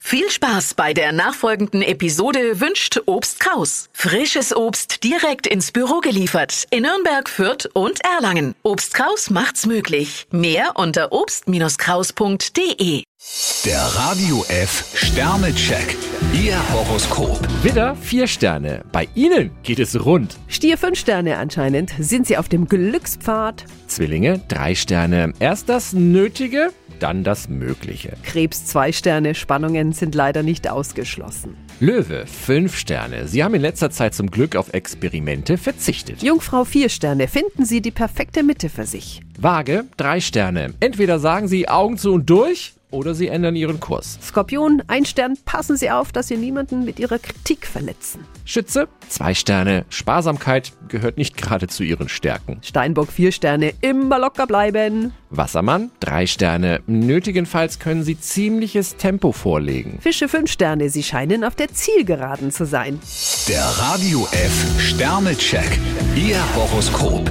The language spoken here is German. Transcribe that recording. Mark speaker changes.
Speaker 1: Viel Spaß bei der nachfolgenden Episode wünscht Obst Kraus. Frisches Obst direkt ins Büro geliefert in Nürnberg, Fürth und Erlangen. Obst Kraus macht's möglich. Mehr unter obst-kraus.de.
Speaker 2: Der Radio F Sternecheck. Ihr Horoskop.
Speaker 3: Widder, vier Sterne. Bei Ihnen geht es rund.
Speaker 4: Stier 5 Sterne anscheinend. Sind Sie auf dem Glückspfad?
Speaker 3: Zwillinge, drei Sterne. Erst das Nötige, dann das Mögliche.
Speaker 4: Krebs 2 Sterne. Spannungen sind leider nicht ausgeschlossen.
Speaker 3: Löwe, fünf Sterne. Sie haben in letzter Zeit zum Glück auf Experimente verzichtet.
Speaker 4: Jungfrau 4 Sterne. Finden Sie die perfekte Mitte für sich.
Speaker 3: Waage, drei Sterne. Entweder sagen Sie Augen zu und durch oder Sie ändern Ihren Kurs.
Speaker 4: Skorpion 1 Stern. Passen Sie auf, dass Sie niemanden mit Ihrer Kritik verletzen.
Speaker 3: Schütze, zwei Sterne. Sparsamkeit gehört nicht gerade zu Ihren Stärken.
Speaker 4: Steinbock 4 Sterne. Immer locker bleiben.
Speaker 3: Wassermann, drei Sterne. Nötigenfalls können Sie ziemliches Tempo vorlegen.
Speaker 4: Fische 5 Sterne. Sie scheinen auf der Zielgeraden zu sein.
Speaker 2: Der Radio F Sternecheck. Ihr Horoskop.